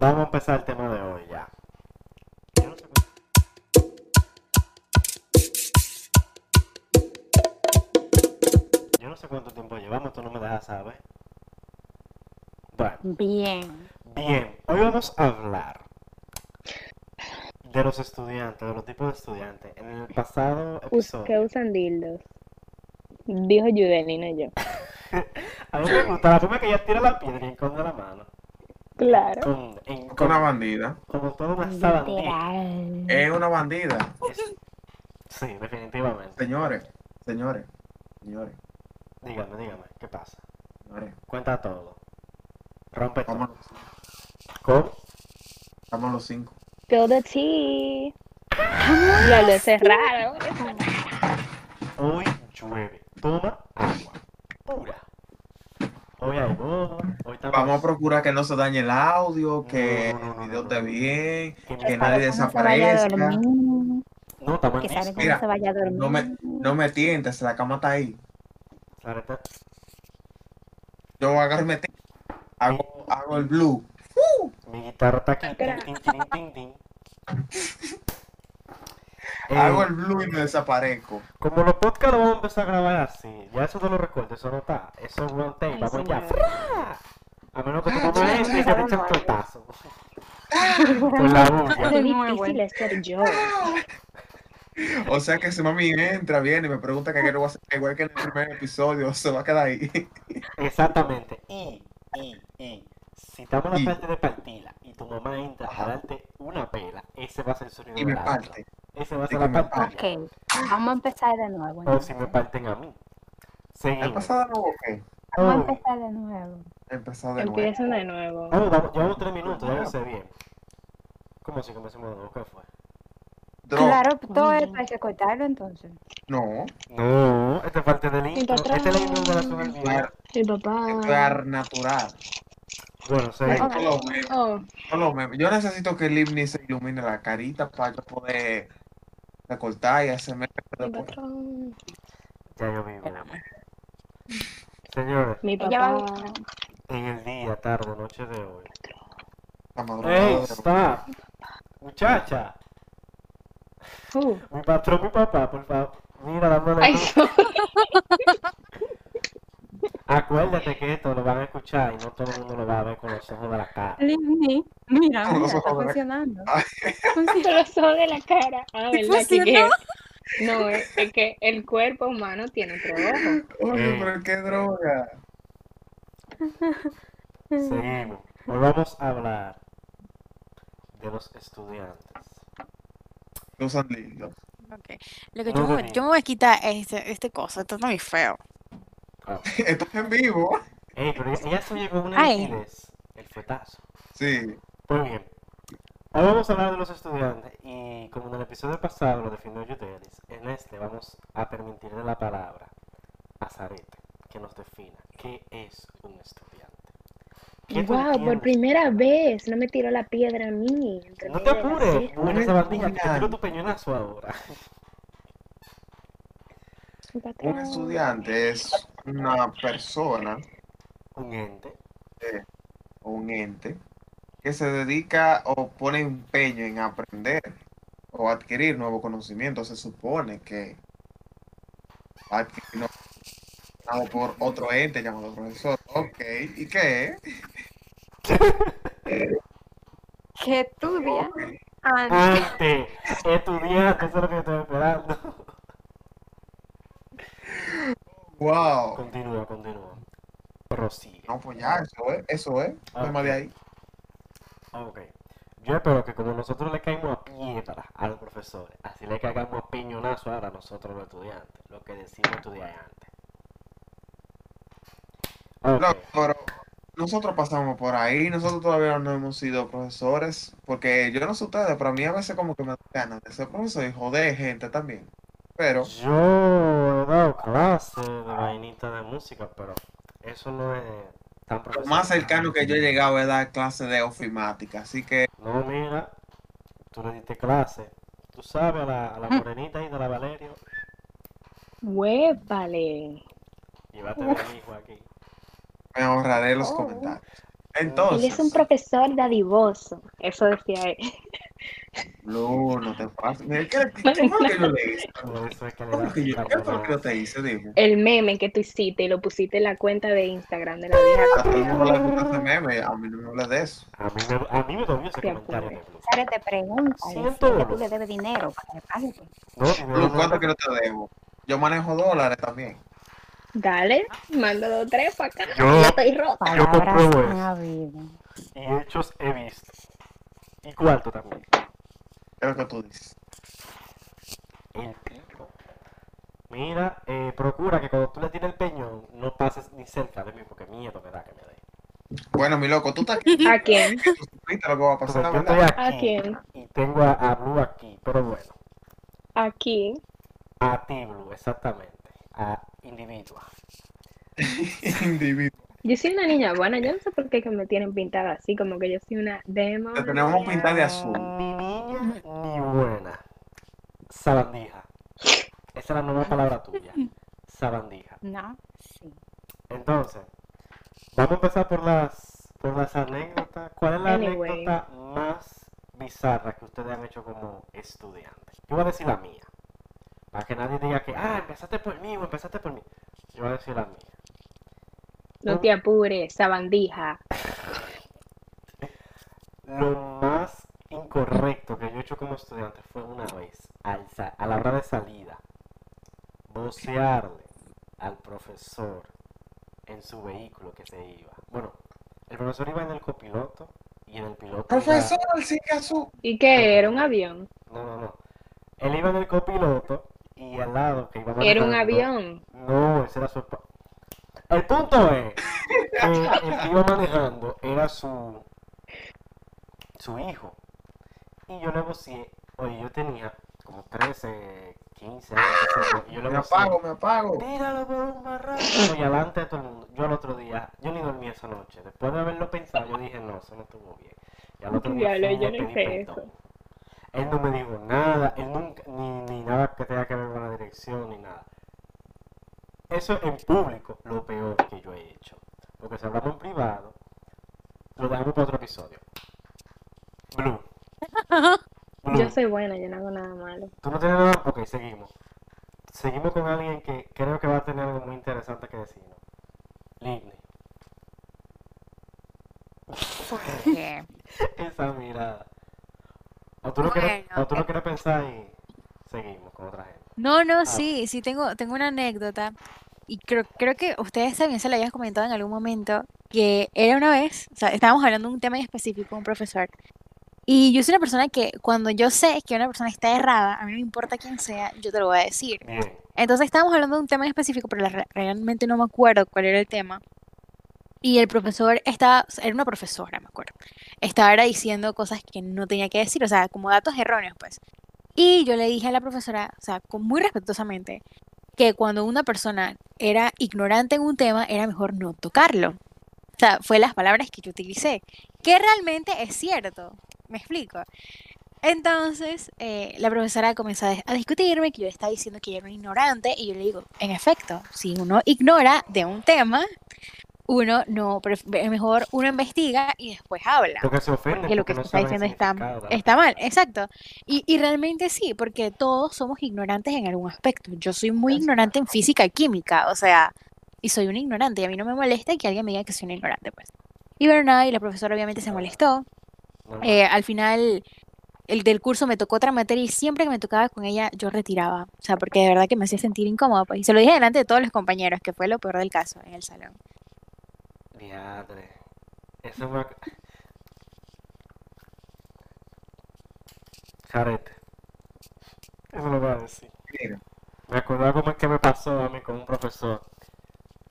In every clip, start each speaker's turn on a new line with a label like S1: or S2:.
S1: Vamos a empezar el tema de hoy ya. Yo no sé cuánto tiempo llevamos, tú no me dejas saber. Bueno,
S2: Bien.
S1: bien, hoy vamos a hablar de los estudiantes, de los tipos de estudiantes. En el pasado
S3: Pues
S2: Us- que
S1: episodio,
S2: usan dildos? Dijo Yudeli, no yo.
S1: a mí me gusta la forma que ella tira la piedra y enconde la mano.
S2: Claro.
S1: Con, en-
S4: Es una bandida.
S1: como toda una sabandija.
S2: Literal.
S4: Es una bandida.
S1: Es- Sí, definitivamente.
S4: Señores, señores, señores,
S1: Dígame, dígame, ¿qué pasa?
S4: señores.
S1: Cuenta todo. Rompe
S4: Vamos,
S1: todo. ¿Cómo?
S4: vamos los cinco.
S2: Feel the tea. Ya lo cerraron.
S1: Hoy llueve. Toma agua. Pura. Hoy hay boda. Hoy estamos...
S4: Vamos a procurar que no se dañe el audio, que
S1: No, no, no, no,
S4: el
S1: no,
S4: video esté
S1: no.
S4: bien,
S1: que
S4: que
S1: me-
S4: nadie desaparezca.
S2: dormir.
S1: No, estamos
S2: Que
S1: en
S2: Sara
S1: disco.
S2: no
S4: Mira,
S2: se vaya a dormir.
S4: No me, no me tientes, la cama está ahí.
S1: Sara está-
S4: Yo voy a agarrar y me tiento. hago, hago el blue.
S1: Mi guitarra está aquí.
S2: Ah, Espera.
S1: Tin, tin, tin, tin, tin. Eh,
S4: Hago el blue y me desaparezco.
S1: Como los podcasts los vamos a empezar a grabar así, ya eso te lo recuerdo, eso no está. Eso es one take,
S2: Ay,
S1: vamos ya.
S2: señor.
S1: ¡fra! A menos que tú comas
S2: sí,
S1: este y
S2: sí,
S1: te eches un
S2: sí.
S1: totazo. Con la bulla.
S2: Qué difícil es ser yo.
S4: O sea que si mami entra, viene y me pregunta que qué quiero hacer, igual que en el primer episodio, se va a quedar ahí.
S1: Exactamente. Y, y, y. Si estamos en
S4: Eh, Y.
S1: la parte de partida y tu mamá entra a darte una pela, ese va a ser el sonido
S4: Y me
S1: del audio.
S4: parte.
S1: Ese va a
S4: Sí,
S1: ser
S4: que
S1: la
S4: me
S1: partida.
S2: Ok. Vamos a empezar de nuevo.
S1: O si me
S2: entonces.
S1: parten a mí.
S4: ¿El
S1: Seguimos. Oh,
S4: pasado no ok?
S2: Vamos a
S1: Hoy-
S2: empezar de nuevo.
S4: Empezado de nuevo.
S3: Empiezan de nuevo.
S1: hoy oh, vamos- llevamos tres minutos, ya lo sé bien. ¿Cómo si comenzamos de nuevo? ¿Qué fue?
S4: Dro-
S2: Claro, todo esto hay que cortarlo entonces.
S4: No.
S1: No, esta es parte del intro.
S3: papá.
S1: Esta es la inauguración del video.
S4: Claro.
S3: Mi
S2: Ah.
S3: papá.
S4: Claro, natural.
S1: Bueno, seguimos.
S4: Solo me-
S3: Oh,
S4: solo me- Yo necesito que Livni se ilumine la carita para yo poder recortar y hacerme
S3: mi
S4: después.
S3: patrón.
S1: Ya yo vivo. Señores,
S3: Mi
S2: Ella va a
S3: papá.
S2: buscar.
S1: en el día, tarde, noche de hoy.
S4: la madrugada.
S1: ¡Ey, stop! Muchacha,
S3: Uh,
S1: mi patrón, mi papá, por favor. Mira, dándole
S3: Ay,
S1: luz.
S3: sorry.
S1: Acuérdate que esto lo van a escuchar y no todo el mundo lo va a ver con los ojos de la cara.
S5: Livni, mira,
S4: Con
S5: mira,
S4: los
S5: está
S4: ojos de-
S5: funcionando.
S4: Ay.
S5: Funciona.
S3: Pero son de la cara. Ah,
S5: Sí
S3: ¿verdad? Que,
S5: funcionó.
S3: que- No, es, es que el cuerpo humano tiene otro ojo.
S4: Oye,
S1: Ey.
S4: pero qué droga.
S1: Seguimos. Hoy vamos a hablar de los estudiantes.
S4: Que usan lindo.
S5: Ok. Lo que
S1: No,
S5: yo, me,
S1: Livni.
S5: yo me voy a quitar este, este cosa, esto está muy feo.
S1: Ah.
S4: Esto es en vivo.
S1: Ey, pero ella- ella se llegó una
S5: Ay.
S1: nitidez. El fuetazo.
S4: Sí.
S1: Muy bien. Hoy vamos a hablar de los estudiantes y como en el episodio pasado lo definió Yutelis, en este vamos a permitirle la palabra a Zarete que nos defina qué es un estudiante. ¿Qué tú
S3: Wow, por
S1: entiendes?
S3: primera vez. No me tiró la piedra a mí. entre
S1: No te
S3: medio de la
S1: apures,
S3: ceja.
S1: buena esa bandilla, que te
S4: estudiante.
S1: tiro tu peñonazo ahora.
S3: Mi patrón.
S2: Ah.
S4: Un estudiante es una persona
S1: Un ente.
S4: o un ente que se dedica o pone empeño en aprender o adquirir nuevo conocimiento. Se supone que va a adquirir nuevo conocimiento por otro ente llamado profesor. Ok, ¿y qué? es?
S5: Que estudia
S6: Ah,
S1: Ah,
S5: an-
S1: Ante, estudiante, eso es lo que yo estoy esperando.
S4: Wow.
S1: Continúa, continúa. Prosigue.
S4: No, pues ya, eso es, eso es. No hay más de ahí.
S1: Ok. Yo espero que como nosotros le caemos a piedra a los profesores, así le caigamos a piñonazo ahora a nosotros los estudiantes, lo que decimos estudiar antes. Ok.
S4: No, pero nosotros pasamos por ahí, nosotros todavía no hemos sido profesores, porque yo no sé ustedes, pero a mí a veces como que me dan ganas de ser profesor y joder gente también. Pero
S1: Yo he dado clases de vainita de música, pero eso no es tan
S4: Lo más cercano que yo he llegado es dar clase de ofimática, así que
S1: No, mira, tú le diste clase. Tú sabes a la, a la
S4: Mm.
S1: morenita y de la Valerio,
S3: Huépale.
S1: llévate de mi hijo aquí.
S4: me ahorraré los comentarios.
S3: Oh. Él es un
S4: Entonces,
S3: profesor dadivoso. Eso decía él.
S4: Blue, no te pases. Mira, ¿qué, qué, qué fue lo que yo le hice?
S1: Por eso es que le
S4: ¿Cómo
S1: da
S4: que yo-
S1: la
S4: ¿Qué fue lo que yo
S1: buena-
S4: te hice, dime?
S3: El meme que tú hiciste y lo pusiste en la cuenta de Instagram de la vieja.
S4: A todo el mundo le gusta ese meme, a mí no me habla de eso.
S1: A mí me, a mí me dolió ese
S3: Te
S1: comentario de
S3: acuerdo.
S1: Blue.
S6: Sara te pregunta,
S1: Siento
S6: que tú
S1: dolor.
S6: le debes dinero para que le pague. pues.
S1: No, y me
S4: Blue,
S1: da-
S4: ¿cuánto que no te debo? Yo manejo dólares también.
S3: Dale, mándalo tres para acá.
S1: Yo-
S3: Yo estoy rota.
S1: Yo compruebo
S6: Palabras han
S1: eso.
S6: habido.
S1: Y hechos he visto. Y cuarto también.
S4: Es lo que tú dices.
S1: El pico. Mira, eh, procura que cuando tú le tires el peñón, no pases ni cerca de mí, porque miedo me da que me dé.
S4: Bueno, mi loco, tú estás aquí,
S3: ¿A quién?
S4: tú supiste lo que va a
S1: Porque
S4: pasar,
S1: yo estoy
S4: ¿verdad?
S1: aquí
S3: ¿A quién?
S1: y tengo a, a Blue aquí, pero bueno.
S3: ¿A quién?
S1: A ti, Blue, exactamente. A individua.
S4: Individuo.
S3: Yo soy una niña buena. Yo no sé por qué que me tienen pintada así, como que yo soy una demo.
S4: Te tenemos pintada de azul.
S1: Ni niña ni buena. Sabandija. Esa es la nueva palabra tuya. Sabandija.
S6: No, sí.
S1: Entonces, vamos a empezar por las, por las anécdotas. ¿Cuál es la
S3: Anyway.
S1: anécdota más bizarra que ustedes han hecho como estudiantes? Yo voy a decir la mía. Para que nadie diga que, ah, empezaste por mí o empezaste por mí. Yo voy a decir la mía.
S3: No te apures, sabandija.
S1: Lo más incorrecto que yo he hecho como estudiante fue una vez, al sa- a la hora de salida, vocearle al profesor en su vehículo que se iba. Bueno, el profesor iba en el copiloto y en el piloto. iba-
S4: Profesor, sí que azul.
S3: ¿Y qué era? ¿Un avión?
S1: No, no, no. Él iba en el copiloto y al lado que iba
S3: Era un
S1: manejando-
S3: avión.
S1: No, ese era su espa- El punto es que el que iba manejando era su su hijo. Y yo negocié, oye, yo tenía como 13, 15 años, qué sé yo, y yo
S4: Me
S1: negocié,
S4: apago, me apago.
S1: tíralo por un barranco. Y adelante de todo el mundo. Yo al otro día, yo ni dormí esa noche. Después de haberlo pensado, yo dije, no, eso no estuvo bien. Y al otro día
S3: Diablo,
S1: fui y
S3: yo
S1: le
S3: no
S1: pedí
S3: hice eso.
S1: perdón. Él no me dijo nada, él nunca, ni, ni nada que tenga que ver con la dirección, ni nada. Eso en público, lo peor que yo he hecho. Porque si hablamos en privado, lo dejamos para otro episodio. Blue.
S4: Ah.
S1: Blue.
S3: Yo soy buena, yo no hago nada malo.
S1: ¿Tú no tienes nada? Ok, seguimos. Seguimos con alguien que creo que va a tener algo muy interesante que decirnos. Ligne.
S5: Porque,
S1: Esa mirada. O tú, lo quieres,
S5: Bueno, eh.
S1: o tú lo quieres pensar y seguimos con otra gente.
S5: no, no,
S1: Ah.
S5: sí, sí, tengo, tengo una anécdota. Y creo, creo que ustedes también se la habían comentado en algún momento, que era una vez, o sea, estábamos hablando de un tema en específico, un profesor. Y yo soy una persona que cuando yo sé que una persona está errada, a mí no me importa quién sea, yo te lo voy a decir.
S1: Bien.
S5: Entonces estábamos hablando de un tema en específico, pero la re- realmente no me acuerdo cuál era el tema. Y el profesor estaba, o sea, era una profesora, me acuerdo. Estaba era diciendo cosas que no tenía que decir, o sea, como datos erróneos, pues. Y yo le dije a la profesora, o sea, con- muy respetuosamente, que cuando una persona era ignorante en un tema, era mejor no tocarlo. O sea, fue las palabras que yo utilicé, que realmente es cierto. Me explico. Entonces, eh, la profesora comenzó a, dis- a discutirme que yo le estaba diciendo que yo era un ignorante y yo le digo, en efecto, si uno ignora de un tema, uno no, pref- es mejor uno investiga y después habla
S1: Porque se ofende.
S5: que lo que
S1: no
S5: tú estás
S1: saben el
S5: diciendo está,
S1: significado de la
S5: está mal,
S1: palabra.
S5: exacto. Y, y realmente sí, porque todos somos ignorantes en algún aspecto. Yo soy muy ignorante en física y química, o sea, y soy un ignorante, y a mí no me molesta que alguien me diga que soy un ignorante, pues. Y bueno, nada, y la profesora obviamente se molestó.
S1: No,
S5: Eh, al final el del curso me tocó otra materia y siempre que me tocaba con ella yo retiraba, o sea, porque de verdad que me hacía sentir incómoda, pues. Y se lo dije delante de todos los compañeros, que fue lo peor del caso en el salón.
S1: Diadre. Eso fue. Jarete. Eso lo voy a decir.
S4: Mira,
S1: Me acuerdo algo más que me pasó a mí con un profesor.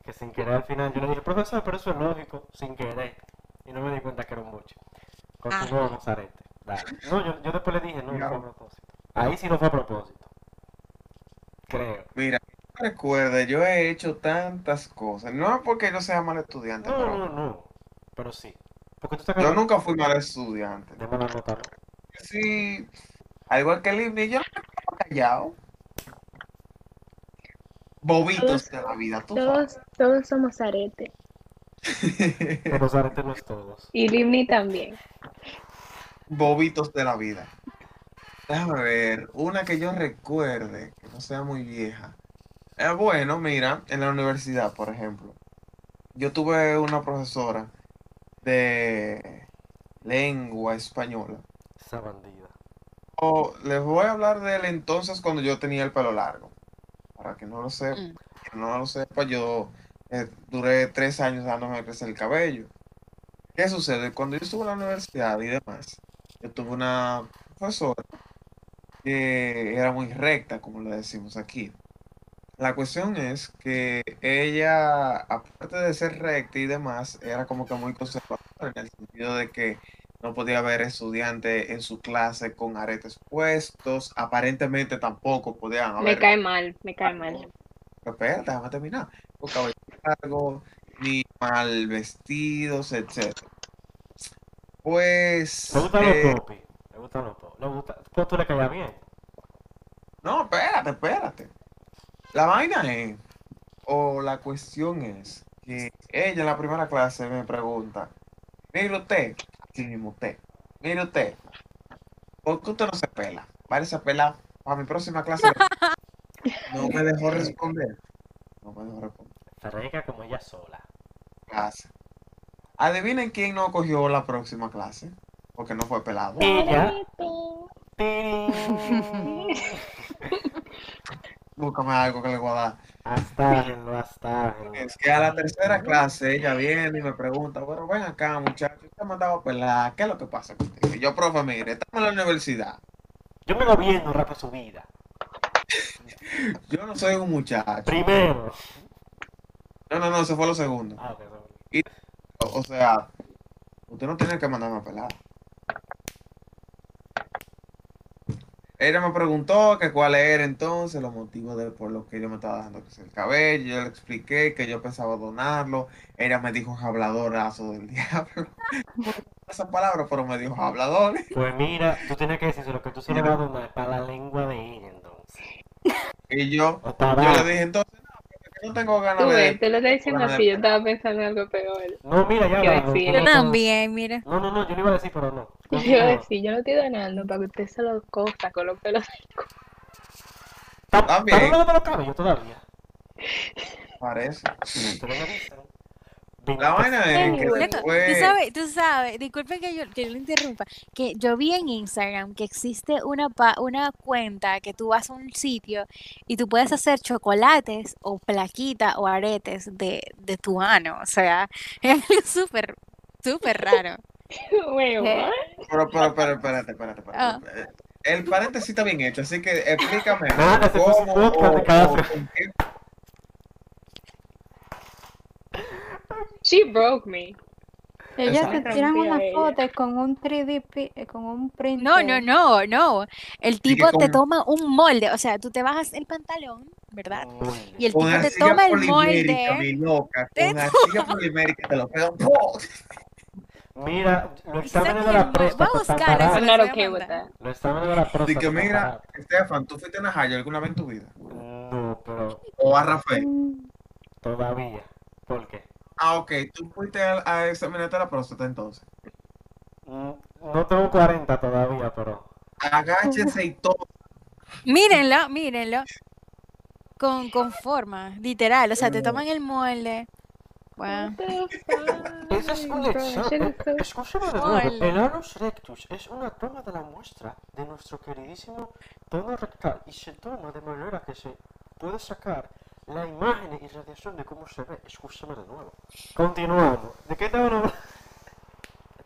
S1: Que sin querer al final yo le dije, profesor, pero eso es lógico, sin querer. Y no me di cuenta que era un buche. Continuamos, Arete. Dale. No, yo, yo después le dije, no, no fue a propósito. Ahí sí no fue a propósito. Creo.
S4: mira, recuerda, yo he hecho tantas cosas. No es porque yo sea mal estudiante,
S1: No,
S4: pero
S1: no, no. Pero sí. Porque tú
S4: yo
S1: sacas
S4: nunca fui mal estudiante.
S1: de mala nota, ¿no?
S4: Sí, al igual que Livni, yo no me quedo callado. Bobitos de la vida, tú sabes.
S3: Todos, todos somos arete.
S4: Eh.
S1: Pero los aretes no es todos.
S3: Y Limni también.
S4: Bobitos de la vida. Déjame ver, una que yo recuerde, que no sea muy vieja. Eh, bueno, mira, en la universidad, por ejemplo, yo tuve una profesora de lengua española.
S1: Esa bandida.
S4: O les voy a hablar de él entonces cuando yo tenía el pelo largo. Para que no lo sepa,
S5: Mm.
S4: que no lo sepa, yo eh, duré tres años dándome crecer el cabello. ¿Qué sucede? Cuando yo estuve en la universidad y demás, yo tuve una profesora que era muy recta, como le decimos aquí. La cuestión es que ella, aparte de ser recta y demás, era como que muy conservadora en el sentido de que no podía haber estudiante en su clase con aretes puestos. Aparentemente tampoco podían
S3: me
S4: haber.
S3: cae mal, me cae mal.
S4: Pero espérate, déjame terminar. Con cabello largo, ni mal vestidos, etc. Pues.
S1: ¿Te gustan
S4: eh,
S1: los popis? ¿Te gustan los popis? ¿Le gusta? ¿Pues tú le caías bien?
S4: No, espérate, espérate. La vaina es, o la cuestión es, que ella en la primera clase me pregunta, mire usted, aquí mismo usted, mire usted, ¿por qué usted no se pela? Vale, se pela para mi próxima clase. No me dejó responder. No me dejó responder.
S1: Ferreca como ella sola.
S4: Clase. Adivinen quién no cogió la próxima clase, porque no fue pelado.
S1: Ella.
S3: Clarito.
S1: ¡Tirín!
S4: Búscame algo que le voy a dar.
S1: Astájenlo, astájenlo.
S4: Es que a la tercera clase ella viene y me pregunta, bueno, ven acá, muchacho, usted me mandaba a pelar, ¿qué es lo que pasa con usted? Y yo, profe, mire, estamos en la universidad,
S1: Yo me lo viendo rato su vida.
S4: yo no soy un muchacho.
S1: Primero.
S4: No, no, no, eso fue lo segundo.
S1: Ah, perdón.
S4: O, o sea, usted no tiene que mandarme a pelar. Ella me preguntó que cuál era entonces los motivos de por los que yo me estaba dejando crecer el cabello. Yo le expliqué que yo pensaba donarlo. Ella me dijo habladorazo del diablo. Esa palabra, pero me dijo hablador.
S1: Pues mira, tú tienes que decir lo que tú se lo vas a donar para la lengua de ella entonces.
S4: Y yo,
S1: O para
S4: yo le dije entonces, no, porque no tengo
S3: Tú
S4: ganas
S3: ves,
S4: de...
S3: te lo estoy diciendo
S4: Bueno,
S3: así, yo estaba pensando en algo peor.
S1: No, mira, ya
S3: Yo
S1: hablamos.
S3: decía.
S5: Yo
S1: No, no,
S5: también, mira.
S1: No, no, no, yo le iba a decir, pero no.
S3: Yo iba a decir, yo lo estoy donando para que usted se lo coja con los pelos.
S1: ¿Está
S4: También.
S1: hablando de los cabellos todavía?
S4: Parece.
S1: Te lo avisan.
S4: La vaina es que
S3: Anyway.
S5: Loco,
S4: después-
S5: tú sabes, tú sabes, disculpen que yo, que yo lo interrumpa, que yo vi en Instagram que existe una, pa- una cuenta que tú vas a un sitio y tú puedes hacer chocolates o plaquitas o aretes de, de tu ano, o sea, es algo súper, súper raro.
S3: Bueno,
S6: ¿Qué?
S4: Pero,
S5: Ah.
S4: pero, pero, espérate, espérate, espérate. Eh, El paréntesis está bien hecho, así que explícame
S1: Nada, Ah, ese fue su
S4: cómo
S1: podcast de cada semana.
S4: con qué-
S3: she broke me.
S6: Ellos te
S3: Exacto.
S6: tiran una
S3: Ella.
S6: foto con un 3D, pi- eh, con un print.
S5: No, no, no, no. El tipo te
S4: con-
S5: toma un molde, o sea, tú te bajas el pantalón, ¿verdad? Y Ah, el
S4: con
S5: tipo te
S4: arcilla
S5: toma el
S4: polimérica,
S5: molde. ¿eh?
S4: mi loca,
S5: Te
S4: con arcilla polimérica te lo pego. ¡pum!
S1: Mira, los
S5: y saca
S1: exámenes de la
S5: el molde. Voy a
S1: próstata están
S5: buscar eso.
S3: I'm
S1: baratos.
S5: les voy
S3: not
S5: a
S3: okay with
S5: mandar.
S3: that.
S1: Los exámenes de la próstata
S4: Así que
S1: están
S4: mira,
S1: baratos.
S4: Estefan, ¿tú fuiste a Najayo alguna vez en tu vida?
S1: No, pero
S4: ¿O a Rafael?
S1: todavía. ¿Por qué?
S4: Ah, ok, tú fuiste a, a examinarte la próstata entonces.
S1: Mm, No tengo 40 todavía, pero...
S4: Agáchese y todo.
S5: Mírenlo, mírenlo. Con, con forma, literal. O sea, te toman el molde. Wow.
S1: Eso es un examen. Escúchame de nuevo.
S5: Hola.
S1: El anus rectus es una toma de la muestra de nuestro queridísimo tono rectal y se toma de manera que se puede sacar la imagen y radiación de cómo se ve. Escúchame de nuevo. Continuamos. ¿De qué estaban hablando?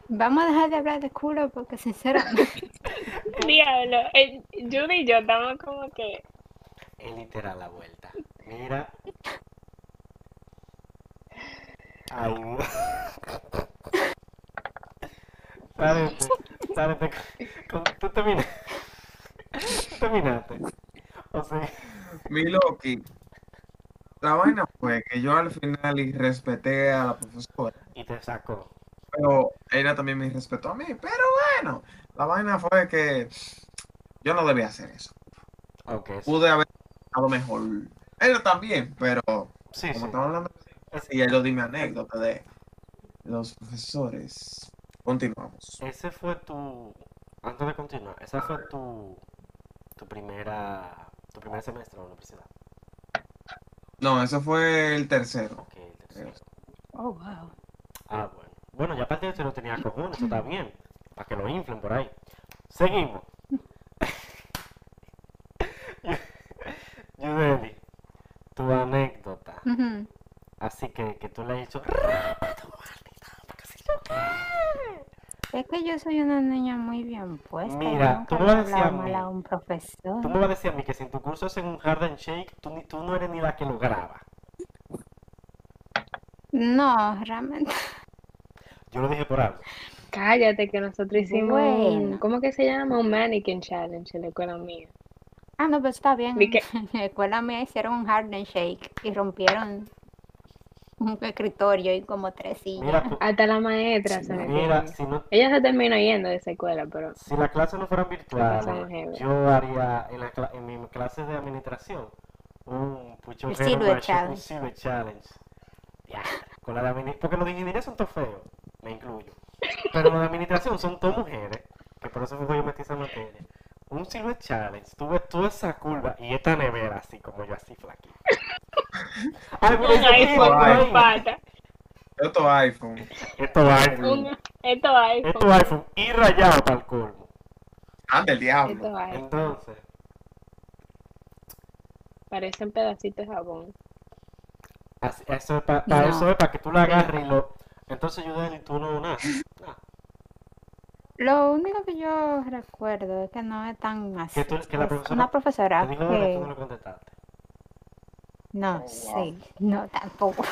S6: Vamos a dejar de hablar de culo porque sinceramente.
S3: Diablo, eh, Judy y yo estamos como que.
S1: Es literal la vuelta. Mira. Ay, no. Sárete, sárete. Con, con- tú terminaste. Tú terminaste. O sea,
S4: Mi Loki. La vaina fue que yo al final y respeté a la profesora.
S1: y te sacó.
S4: pero ella también me respetó a mí. Pero bueno, la vaina fue que yo no debía hacer eso.
S1: Ok. Sí,
S4: Pude haber estado mejor. Ella también, pero
S1: sí.
S4: como estamos hablando,
S1: Es-
S4: y yo di mi anécdota de los profesores. Continuamos.
S1: Ese fue tu. Antes de continuar, esa fue tu. Tu primera. Tu primer semestre en la universidad.
S4: No, ese fue el tercero.
S1: Ok, el tercero.
S5: Oh, wow.
S1: Ah, bueno. Bueno, ya aparte de eso no tenía cojones, eso está bien. Para que lo inflen por ahí. Seguimos. Yudeli, tu anécdota.
S6: Ujú.
S1: Así que, que tú le has hecho. "Rápido, maldita, porque si yo
S6: Es que yo soy una niña muy bien puesta. yo
S1: Mira,
S6: nunca
S1: tú
S6: le he
S1: decías a
S6: hablado mal
S1: mí.
S6: a un
S1: Tú
S6: profesor.
S1: me vas a decir a mí que si en tu curso hacen un hard and shake, tú, ni- tú no eres ni la que lo graba.
S6: No, realmente.
S1: Yo lo dije por algo.
S3: Cállate que nosotros hicimos un-
S6: Bueno.
S3: ¿cómo que se llama? Un mannequin challenge en la escuela mía.
S6: Ah, no, pero está bien.
S3: Di que-
S6: En la escuela mía hicieron un hard and shake y rompieron un escritorio y como tres sillas.
S1: Mira, tú-
S3: Hasta la maestra Ah, se metió
S1: mira,
S3: en eso.
S1: si, no,
S3: Ella se terminó yendo de esa escuela, pero
S1: si las clases no fueran
S3: Pasamos, Heber.
S1: virtuales, yo haría en, la cla- en mi clase de administración un pucho
S6: El
S1: Hero
S6: Silver
S1: Workshop, un
S6: Challenge.
S1: Silver Challenge. Ya, con la de admini- porque los de ingeniería son todos feos, me incluyo. Pero los de administración son todas mujeres, que por eso fue que yo metí esa materia. Un Silver Challenge, tú ves toda esa curva y esta nevera así como yo, así flaquita. Ay, mira,
S3: un
S1: ese tipo
S3: iPhone
S1: ahí.
S3: con pata.
S4: Otro iPhone.
S1: Esto iPhone.
S3: Un- Esto iPhone.
S1: Esto iPhone. Y rayado para el colmo.
S4: Anda el Ah, diablo.
S3: Esto iPhone.
S1: Entonces,
S3: Parecen pedacitos de jabón.
S1: así- eso es para
S6: No.
S1: eso es para que tú la agarres y lo. Entonces yo y tú no nada. Nada.
S6: Lo único que yo recuerdo es que no es tan así.
S1: Que, tú, que la
S6: Es
S1: profesora
S6: Una profesora
S1: te dijo ahora que tú
S6: que-
S1: no le contestaste.
S6: No,
S4: Oh,
S6: sí, no tampoco.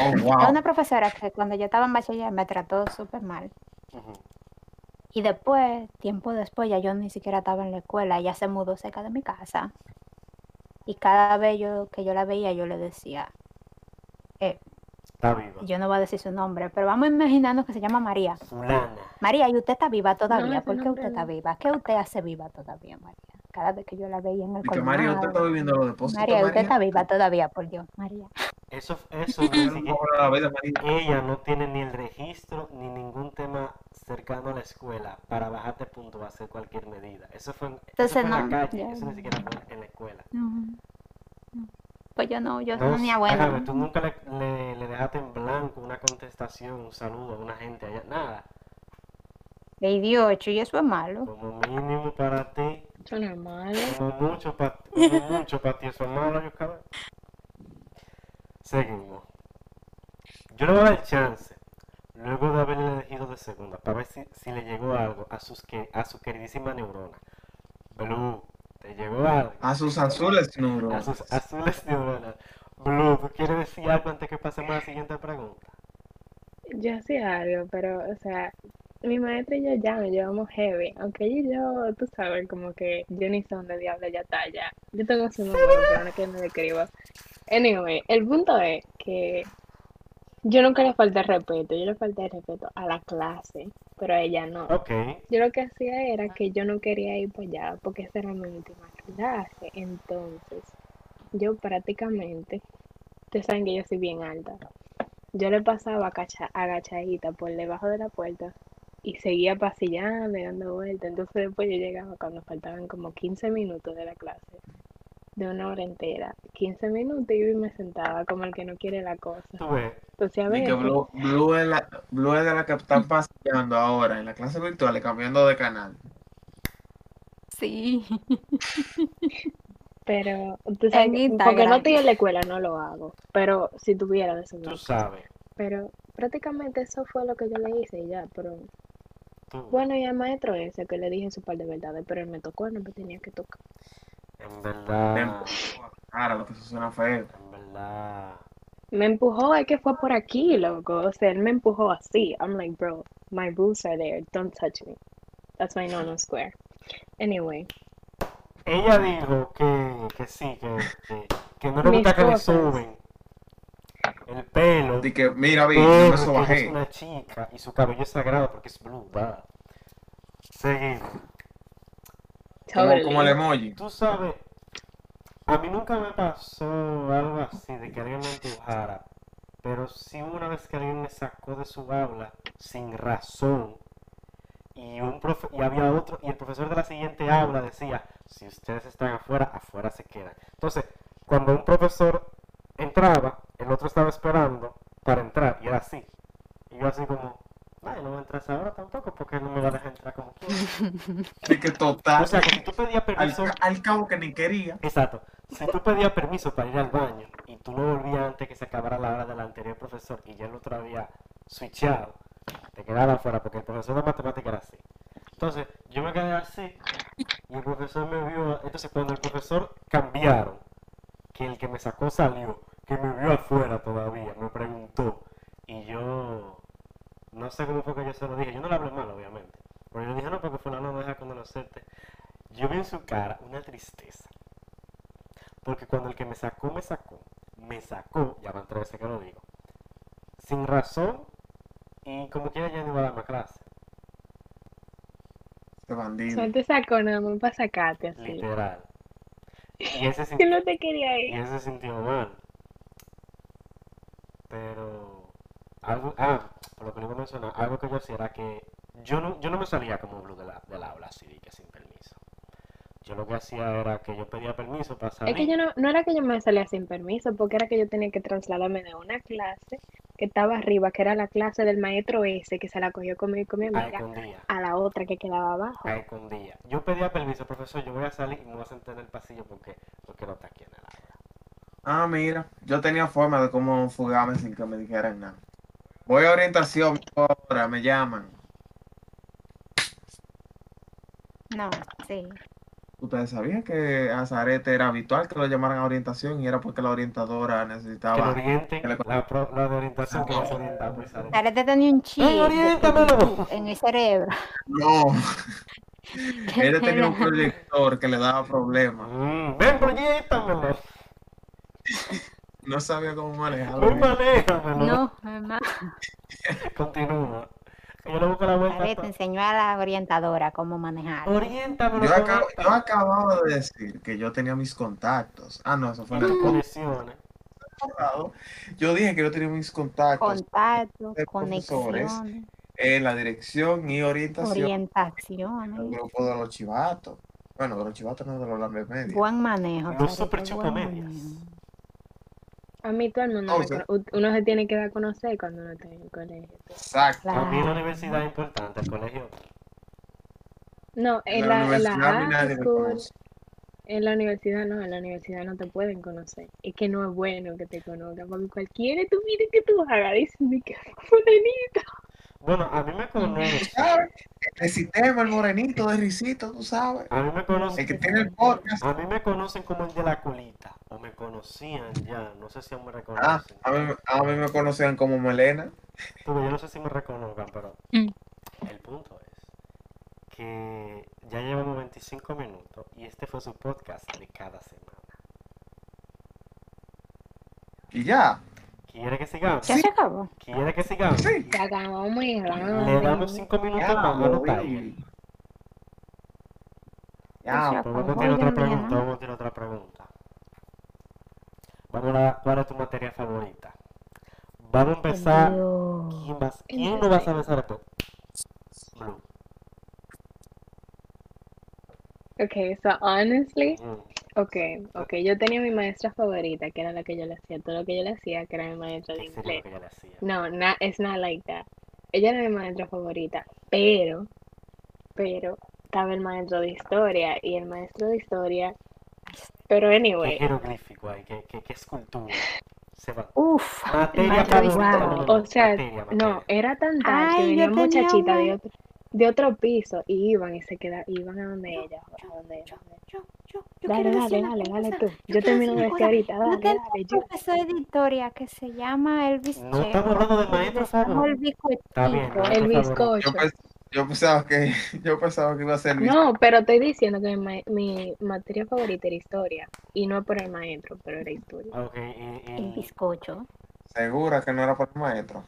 S4: Oh,
S6: Es
S4: wow.
S6: una profesora que cuando yo estaba en bachiller me trató súper mal.
S1: Ujú.
S6: Y después, tiempo después, ya yo ni siquiera estaba en la escuela, ya se mudó cerca de mi casa. Y cada vez yo, que yo la veía, yo le decía,
S1: Está viva.
S6: yo no voy a decir su nombre, pero vamos a imaginarnos que se llama María.
S1: Fulana.
S6: María, ¿y usted está viva todavía?
S3: ese
S6: ¿Por qué
S3: nombre
S6: usted está
S3: no.
S6: viva? ¿Qué usted hace viva todavía, María? Cada vez que yo la veía en el
S4: Y que María, usted está
S6: colmado.
S4: viviendo los depósitos.
S6: María, usted está
S4: María.
S6: viva todavía, por Dios, María.
S1: Eso, eso ni
S4: Yo no me
S1: siquiera-
S4: acuerdo la vida, María.
S1: Ella no tiene ni el registro ni ningún tema cercano a la escuela para bajarte punto a hacer cualquier medida. Eso fue, en- eso
S6: Entonces,
S1: fue en la
S6: no,
S1: calle,
S6: ya.
S1: eso ni siquiera fue en la escuela.
S6: No, no. Pues yo no, yo
S1: No,
S6: no, ni
S1: Ángel,
S6: abuela.
S1: tú nunca le, le- le dejaste en blanco una contestación, un saludo a una gente allá, nada.
S6: 28, y eso es malo.
S1: Como mínimo para ti,
S3: Son normales.
S1: como mucho para ti, como mucho para ti, eso es malo, yo cabrón. Seguimos. Yo le voy a dar chance, luego de haberle elegido de segunda, para ver si, si le llegó algo a, sus que- a su queridísima neurona. Blue, ¿te llegó algo?
S4: A sus azules
S1: A
S4: neuronas.
S1: sus azules neuronas. Blue, ¿tú quieres decir algo antes que pasemos a la siguiente pregunta?
S3: Yo hacía algo, pero, o sea, mi maestra y yo ya nos llevamos heavy. Aunque ella y yo, tú sabes, como que yo ni sé dónde diablo ya está ya. Yo tengo su número, pero no que me describo. Anyway, el punto es que yo nunca le falté el respeto. Yo le falté el respeto a la clase, pero a ella no.
S1: Ok.
S3: Yo lo que hacía era que yo no quería ir para allá porque esa era mi última clase. Entonces, yo prácticamente, ustedes saben que yo soy bien alta. Yo le pasaba cacha- agachadita por debajo de la puerta y seguía pasillando y dando vueltas. Entonces, después yo llegaba cuando faltaban como 15 minutos de la clase, de una hora entera. 15 minutos iba y me sentaba como el que no quiere la cosa.
S1: Tú ves,
S3: Entonces, a
S4: Y que
S3: veces,
S4: Blue, Blue es la, Blue es de la que están paseando ahora en la clase virtual, cambiando de canal.
S6: Sí.
S3: pero tú sabes
S6: En
S3: que- porque
S6: Instagram.
S3: no estoy en la escuela, no lo hago. Pero si tuviera de seguro.
S1: tú sabes,
S3: Pero prácticamente eso fue lo que yo le hice y ya, pero
S1: tú.
S3: bueno, y al maestro ese que le dije su par de verdades, pero él me tocó, no me tenía que tocar.
S1: En
S4: Em.
S1: verdad,
S4: Ahora lo que eso suena feo.
S1: en verdad.
S3: Me empujó, es que fue por aquí, loco, o sea, él me empujó así. I'm like, bro, my rules are there, don't touch me. That's my no-no square. Anyway,
S1: Ella dijo que, que sí, que, que, que no le
S3: Mis
S1: gusta que le
S3: cosas.
S1: suben el pelo,
S4: Y que, mira, vi,
S1: pero
S4: yo eso
S1: que ella es
S4: bajé.
S1: una chica y su cabello es sagrado porque es blue, va. Seguimos.
S4: Como, como el
S3: totally.
S4: emoji.
S1: Tú sabes, a mí nunca me pasó algo así de que alguien me empujara, pero sí hubo una vez que alguien me sacó de su aula sin razón. Y, un profe- y había otro, y el profesor de la siguiente aula decía, si ustedes están afuera, afuera se quedan. Entonces, cuando un profesor entraba, el otro estaba esperando para entrar, y era así. Y yo así como, "Ay, no voy a entrar ahora tampoco porque no me va a dejar entrar como quiera.
S4: Así que total,
S1: O sea, que si tú pedías
S4: al,
S1: permiso,
S4: al cabo que ni quería.
S1: Exacto. Si tú pedías permiso para ir al baño y tú no volvías antes que se acabara la hora del anterior profesor y ya el otro había switchado, te quedabas afuera porque el profesor de matemática era así. Entonces, yo me quedé así y el profesor me vio. Entonces, cuando el profesor cambiaron, que el que me sacó salió, que me vio afuera todavía, me preguntó y yo no sé cómo fue que yo se lo dije. Yo no le hablé mal, obviamente. Pero yo le dije, "Ah, no, porque fulano no deja conocerte. Yo vi en su cara una tristeza. Porque cuando el que me sacó, me sacó. Me sacó, ya van tres veces que lo digo. Sin razón y como quiera ya no iba a dar más clase.
S4: Este bandido.
S3: Solo te sacó nada más para sacarte así.
S1: Literal. Y ese, sin-
S3: Que no te quería
S1: y
S3: ir.
S1: ese sintió mal. Pero... Algo, ah, por lo que le iba a mencionar, algo que yo hacía era que yo no, yo no me salía como blue de la- del aula así, de que sin permiso. Yo lo que hacía era que yo pedía permiso para salir.
S3: Es que yo no, no era que yo me salía sin permiso, porque era que yo tenía que trasladarme de una clase que estaba arriba, que era la clase del maestro ese que se la cogió conmigo y con
S4: Ah,
S3: mi
S1: a
S3: amiga,
S1: escondidas.
S3: a la otra que quedaba abajo.
S1: a escondidas. Yo pedía permiso, profesor, yo voy a salir y me voy a sentar en el pasillo porque no quiero estar aquí en el aula.
S4: Ah, mira, yo tenía forma de cómo fugarme sin que me dijeran nada. Voy a orientación ahora, me llaman.
S6: No, sí.
S4: ¿Ustedes sabían que a Zarete era habitual que lo llamaran a orientación y era porque la orientadora
S1: Que lo
S4: necesitaba?
S1: orienten,
S4: Ah, que le-
S1: la, pro- la de orientación que nos orientamos y sale.
S6: Tarete tenía un chip
S1: ¡Ey, oriéntamelo!
S6: en el cerebro.
S4: No,
S6: que
S4: ella tenía un
S6: era-
S4: proyector que le daba problemas.
S1: Mm, ven, proyectamelo.
S4: No sabía cómo manejarlo.
S1: Ven,
S4: Ah.
S1: manéjamelo.
S6: No, mamá.
S1: Continúa. Que Yo le busco la vuelta.
S6: Tarete
S1: hasta-
S6: enseñó a la orientadora cómo manejar.
S1: Oriéntamelo.
S4: Yo,
S1: que
S4: acabo-
S1: va-
S4: yo acababa de decir que yo tenía mis contactos. Ah, no, eso fue en el
S1: Las
S3: Mm.
S1: conexiones.
S4: pasado. Yo dije que yo tenía mis contactos
S6: Contactos,
S4: de profesores,
S6: conexiones,
S4: en la dirección y orientación. El
S6: orientaciones,
S4: grupo de los chivatos. Bueno, de los chivatos no de los lambes medios.
S6: buen manejo.
S1: Los
S6: Tarete,
S1: super
S6: buen
S1: chupamedias.
S6: manejo.
S3: A mí todo el mundo
S4: O
S3: me
S4: sea-
S3: cono- uno se tiene que dar a conocer cuando uno está en el colegio.
S4: Exacto.
S1: Para mí la
S6: Claro.
S1: universidad es importante, el colegio.
S3: No,
S4: En
S3: en la,
S4: la
S3: en la
S4: universidad a mí
S3: high
S4: nadie me
S3: school,
S4: conoce.
S3: en la universidad no, en la universidad no te pueden conocer. Es que no es bueno que te conozcan, porque cualquiera tú mires que tú hagas, dicen de que fulanito.
S1: Bueno, a mí me conocen.
S4: ¿Sabes? El sistema, el morenito, de risito, tú sabes.
S1: A mí me conocen.
S4: El que tiene el podcast.
S1: A mí me conocen como el de la colita. O me conocían ya. No sé si aún me
S4: Ah,
S1: reconocen.
S4: a mí, a mí me conocían como Melena.
S1: Porque yo no sé si me reconozcan, pero
S5: Mm.
S1: el punto es que ya llevamos 25 minutos y este fue su podcast de cada semana.
S4: Y ya.
S1: ¿Quiere que sigamos?
S6: Ya se acabó.
S1: ¿Quiere que sigamos?
S4: Sí.
S3: Ya acabamos muy
S1: Le damos
S3: grande.
S1: 5 minutos
S4: Ya,
S1: más a
S4: lo
S1: los
S4: vi.
S1: Tigers.
S4: Ya,
S6: Ya.
S1: Pues vamos a tirar
S6: Oigan,
S1: otra pregunta.
S6: mira.
S1: Vamos a tirar otra pregunta. Vamos a ¿Cuál es tu materia favorita? Vamos a empezar.
S6: Dios.
S1: ¿Quién, vas- quién lo vas a besar a tú? Blue.
S3: Okay, so honestly,
S1: Mm.
S3: okay, okay, yo tenía mi maestra favorita, que era la que yo le hacía, todo lo que yo le hacía, que era mi maestra de
S1: ¿Qué sería lo
S3: inglés.
S1: que yo le hacía?
S3: No, na- it's not like that. Ella era mi maestra favorita, pero, pero estaba el maestro de historia y el maestro de historia, pero
S1: Qué
S3: anyway,
S1: jeroglífico hay, qué, qué, qué escultura. Se va.
S6: Uf.
S1: Materia
S6: maestro de
S1: favorita.
S6: historia.
S1: no, no, no,
S3: Ah,
S1: materia,
S3: O sea, no, eh,
S1: materia.
S3: era tan tal que
S6: Ay, yo
S3: venía
S6: tenía
S3: muchachita de
S6: una-
S3: otro, de otro piso y iban y se quedaban, iban a donde ella, a donde ella. a donde ella.
S6: Yo, yo, yo
S3: Dale,
S6: quiero
S3: dale,
S6: decir una
S3: dale, dale
S6: cosa.
S3: tú. Yo
S6: quiero
S3: termino
S6: decir
S3: de
S6: una
S3: decir ahorita,
S6: cosa.
S3: dale,
S6: No tengo
S3: dale, yo.
S6: un profesor de historia que se llama Elvis
S1: No estamos hablando del maestro, favor.
S6: El
S1: Está bien.
S6: bizcochito.
S1: Maestra
S3: El
S1: favorita.
S3: bizcocho.
S4: Yo, pens- yo pensaba que yo pensaba que iba a ser Luis.
S3: No, pero estoy diciendo que mi, ma- mi materia favorita era historia y no por el maestro, pero era historia.
S1: Ah, Ok, y,
S6: El
S1: y
S6: bizcocho.
S4: Segura que no era por el maestro.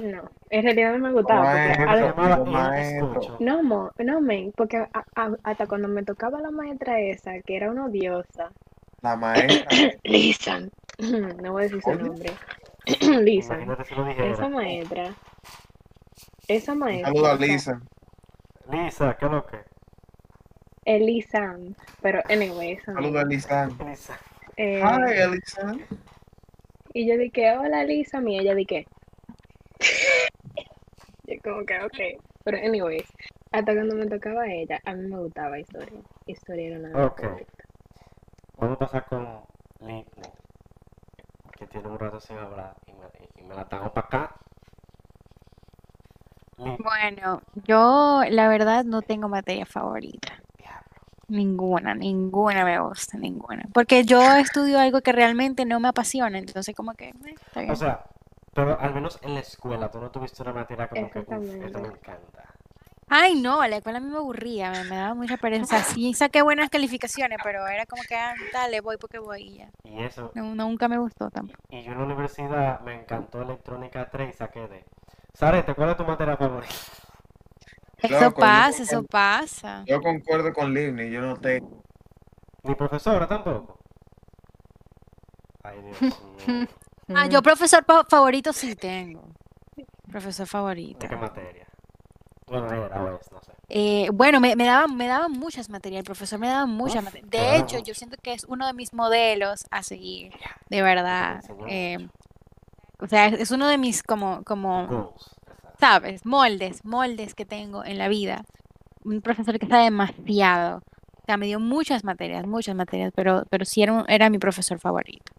S3: No, en realidad no me gustaba porque
S1: se
S4: Maestro.
S3: al-
S1: llamaba el
S4: Maestro.
S1: bizcocho.
S3: no, mo- no, men, porque a- a- hasta cuando me tocaba la maestra esa, que era una odiosa,
S4: La maestra.
S3: Lisa, no voy a decir su
S4: Oye.
S3: nombre, Lisa,
S1: Imagínate si lo
S3: esa
S1: dijera.
S3: maestra, esa
S4: Un
S3: maestra,
S4: saludo a
S3: o sea,
S4: Lisa.
S1: Lisa, ¿qué es lo que?
S3: Elisa, pero anyway, esa
S4: Saludo a Lisa.
S1: Lisa.
S3: Eh,
S4: Hi, Lisa.
S3: Y yo dije, hola Lisa, y ella dije, yo como que, ok. Pero, anyways, hasta cuando me tocaba a ella, a mí me gustaba historia. Historia era una.
S1: Ok. Vamos a pasar con Litney. Que tiene un rato sin hablar y me, y me la trajo para acá. Litney,
S5: Bueno, yo la verdad no tengo materia favorita.
S1: diablo.
S5: Ninguna, ninguna me gusta, ninguna. Porque yo estudio algo que realmente no me apasiona, entonces como que eh, está bien.
S1: O sea, pero al menos en la escuela tú no tuviste una materia como que, uff, esto me
S3: Exactamente.
S1: encanta.
S5: Ay, no, la escuela a mí me aburría, me, me daba mucha pereza. Sí, saqué buenas calificaciones, pero era como que, ah, dale, voy porque voy y ya.
S1: Y eso,
S5: No, nunca me gustó tampoco.
S1: y yo en la universidad me encantó electrónica 3 y saqué de. Sarete, ¿cuál es tu materia favorita?
S5: Eso
S4: Loco, yo
S5: pasa, eso
S4: concuerdo-
S5: pasa.
S4: Yo concuerdo con Livni, yo no te.
S1: Ni profesora tampoco. Ay, Dios mío.
S5: Ah, yo profesor pa- favorito sí tengo. Profesor
S1: ¿De
S5: favorito.
S1: qué materia? Bueno, era o es, no sé.
S5: Eh, bueno, me, me daban, me daban muchas materias, el profesor me daba muchas
S1: Uf,
S5: materias.
S1: claro.
S5: De hecho, yo siento que es uno de mis modelos a seguir, de verdad.
S1: enseñó
S5: eh, o sea, es es uno de mis como, como,
S1: Goals. exacto.
S5: sabes, moldes, moldes que tengo en la vida. Un profesor que está demasiado. O sea, me dio muchas materias, muchas materias, pero, pero sí era, un- era mi profesor favorito.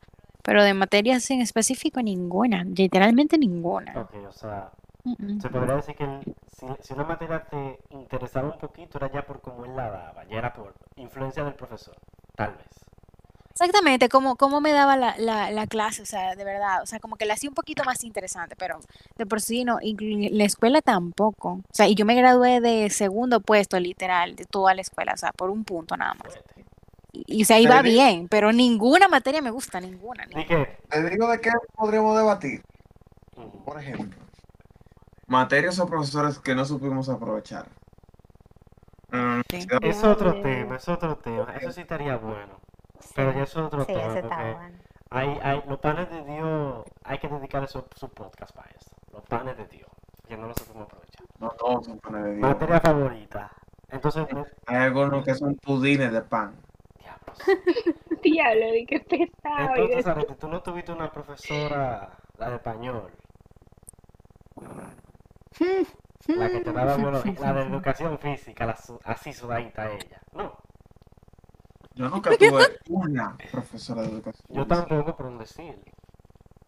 S5: Pero de materias en específico, ninguna, literalmente ninguna.
S1: Ok, o sea,
S5: Mm, mm.
S1: se podría decir que el- si, si una materia te interesaba un poquito era ya por cómo él la daba, ya era por influencia del profesor, tal vez.
S5: Exactamente, como, como me daba la, la, la clase, o sea, de verdad, o sea, como que la hacía un poquito más interesante, pero de por sí no, inclu- la escuela tampoco, o sea, y yo me gradué de segundo puesto, literal, de toda la escuela, o sea, por un punto nada más.
S1: Fuerte.
S5: Y, y, o sea, iba
S4: Pero
S1: e
S4: di-
S5: bien, pero ninguna materia me gusta, ninguna,
S1: Así
S5: ninguna.
S1: que,
S4: Te digo de qué podríamos debatir.
S1: mm,
S4: Por ejemplo, materias o profesores que no supimos aprovechar. Mm,
S5: Sí.
S1: es otro
S6: eh,
S3: Diablo.
S1: tema, es otro tema, eso sí estaría bueno, pero ya es otro
S6: Sí,
S1: tema,
S6: ese está
S1: porque
S6: bueno.
S1: hay, hay, los panes de Dios, hay que dedicarle su, su podcast para esto, los panes de Dios, que no los supimos aprovechar.
S4: No todos son panes de Dios.
S1: Materia favorita, entonces, no-
S4: Hay algunos que son pudines de pan.
S1: diablos.
S3: Diablo, di que pesado. y
S1: Entonces,
S3: de-
S1: Arete, tú no tuviste una profesora, la de español,
S6: Mm.
S1: la que te daba biología, la de educación física, la su- así sudadita ella. No,
S4: Yo nunca tuve una profesora de educación.
S1: yo tampoco, por un decir.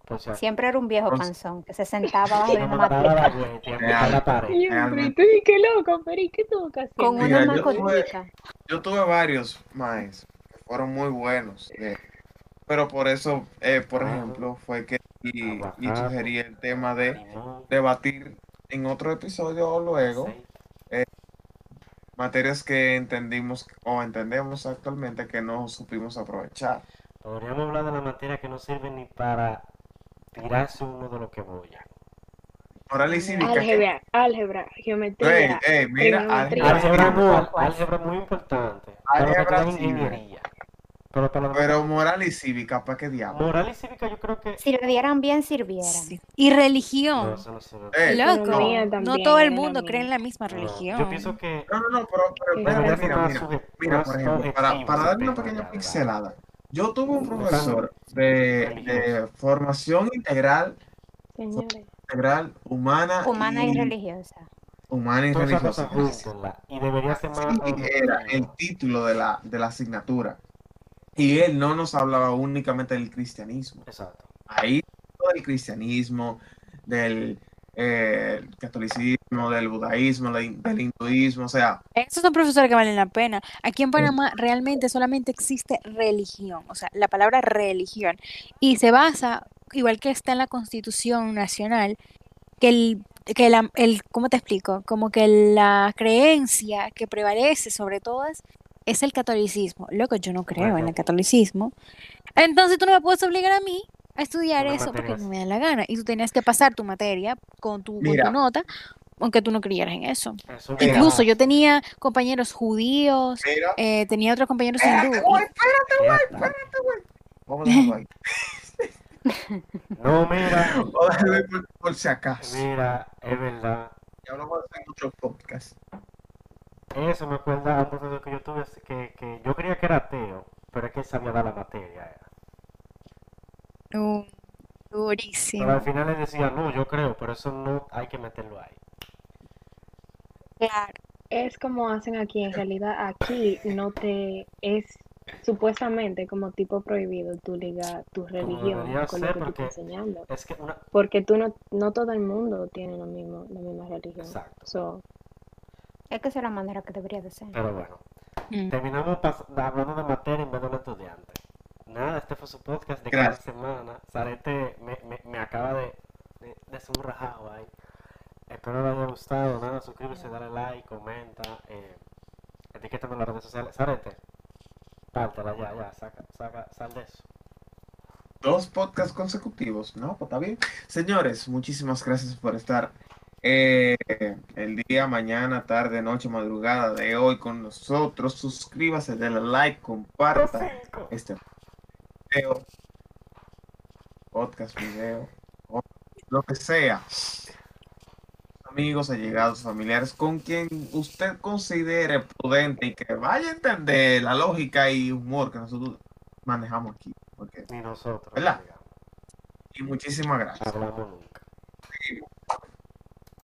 S1: Por si acaso.
S6: Siempre era un viejo
S4: Entonces-
S6: panzón que se sentaba abajo
S1: Y
S6: de
S1: me
S6: una
S1: mandaba la
S6: matrícula
S1: vuelta y a picar la pared.
S3: Y yo, pero ¿y
S4: Realmente.
S3: tú di que loco, pero ¿y qué tuvo que hacer?
S6: con
S4: Mira,
S6: una
S4: yo tuve-
S6: matrícula.
S4: Yo tuve varios maestros que fueron muy buenos. eh, pero por eso, eh, por ejemplo, fue que y, y
S1: Ah. Aguacate.
S4: sugerí el tema de
S1: Limón,
S4: debatir en otro episodio o luego
S1: aceite.
S4: materias que entendimos o entendemos actualmente que no supimos aprovechar.
S1: Podríamos hablar de la materia que no sirve ni para tirarse uno de lo que voy a.
S4: Moral y cívica.
S3: Álgebra, álgebra,
S4: Ey,
S3: geometría.
S1: eh.
S4: ey, mira,
S3: trigonometría.
S1: Álgebra
S4: álgebra,
S1: no,
S5: pues.
S1: álgebra muy importante. Para lo que
S4: Álgebra
S1: estudian
S4: sí.
S1: ingeniería. Pero para lo que-
S4: pero moral y cívica, ¿para qué diablo?
S1: Moral y cívica yo creo que...
S6: Si lo dieran bien, sirvieran.
S5: Sí. Y
S1: No,
S5: religión,
S1: eso no sirve.
S4: Ey, no,
S5: loco,
S3: Economía
S5: no
S3: también
S5: todo el
S3: era lo
S5: mundo cree en la misma
S1: No,
S5: religión.
S1: Yo pienso que
S4: no, no, pero, pero
S3: Sí,
S4: espérate,
S1: debería ser
S4: mira,
S1: más
S4: mira.
S1: subje-
S4: Mira,
S1: más
S4: por ejemplo, para,
S1: objetivo
S4: para
S1: ese
S4: darle una
S1: tema, la
S4: pequeña
S1: verdad.
S4: pixelada, yo tuve un profesor de, de formación integral,
S3: Señores,
S4: integral humana,
S6: Humana y
S4: y,
S6: religiosa.
S4: humana y
S1: Todas esas cosas
S4: religiosa.
S1: júntenla, Y debería ser más
S4: Así era el
S1: objetivo.
S4: título de la, de la asignatura. Y él no nos hablaba únicamente del cristianismo.
S1: Exacto.
S4: Ahí todo el cristianismo, del eh, catolicismo, del budaísmo, del, del hinduismo, o sea,
S5: Esos son profesores que valen la pena. Aquí en Panamá realmente solamente existe religión, o sea, la palabra religión. Y se basa, igual que está en la Constitución Nacional, que el, que la, el, ¿cómo te explico? Como que la creencia que prevalece sobre todas es el catolicismo. Loco, yo no creo en el catolicismo. Entonces tú no me puedes obligar a mí a estudiar
S1: Una
S5: eso porque
S1: materia
S5: no me da la gana. Y tú tenías que pasar tu materia con tu, con tu
S4: Mira.
S5: nota, aunque tú no creyeras en eso.
S1: Eso
S4: Mira.
S5: Incluso yo tenía compañeros judíos,
S4: mira,
S5: eh,
S6: Este,
S5: tenía otros compañeros
S4: espérate,
S5: hindúes.
S4: güey,
S1: ya está.
S4: Vamos a dejarlo ahí.
S1: No, mira,
S4: O déjalo por, por si acaso.
S1: mira, es verdad.
S4: Ya hablamos de eso en muchos podcasts.
S1: Eso me acuerda a un profesor que yo tuve así que, que yo creía que era ateo, pero es que él sabía dar la materia. era.
S5: Uh,
S1: Pero al
S5: durísimo.
S1: final le decía, no, yo creo, pero eso no hay que meterlo ahí.
S5: Claro.
S3: Es como hacen aquí, en realidad aquí no te es supuestamente como tipo prohibido tu liga, tu religión
S1: debería
S3: con lo
S1: ser,
S3: que te
S1: porque-
S3: está enseñando,
S1: Es que una.
S3: porque tú no, no todo el mundo tiene lo mismo, la misma religión.
S1: Exacto.
S3: So,
S6: Es que esa es la manera que debería de ser.
S1: Pero bueno,
S5: Mm.
S1: terminamos pas- hablando de materia en vez de los estudiantes. Nada, este fue su podcast de cada
S4: Gracias.
S1: semana. Sarete me, me, me acaba de, de, de hacer un rajado ahí. Espero les haya gustado. Nada, suscríbete, dale like, comenta, eh, etiquétame en las redes sociales. Sarete, pártela ya, ya, saca, saca, sal de eso.
S4: Dos podcasts consecutivos, ¿no? Pues está bien. Señores, muchísimas gracias por estar eh, el día, mañana, tarde, noche, madrugada de hoy con nosotros. Suscríbase, denle like, comparta este video, podcast, video, o lo que sea. Amigos, allegados, familiares, con quien usted considere prudente y que vaya a entender la lógica y humor que nosotros manejamos aquí. Porque
S1: Ni nosotros,
S4: ¿Verdad?
S1: digamos.
S4: y muchísimas gracias.
S1: Hablamos nunca.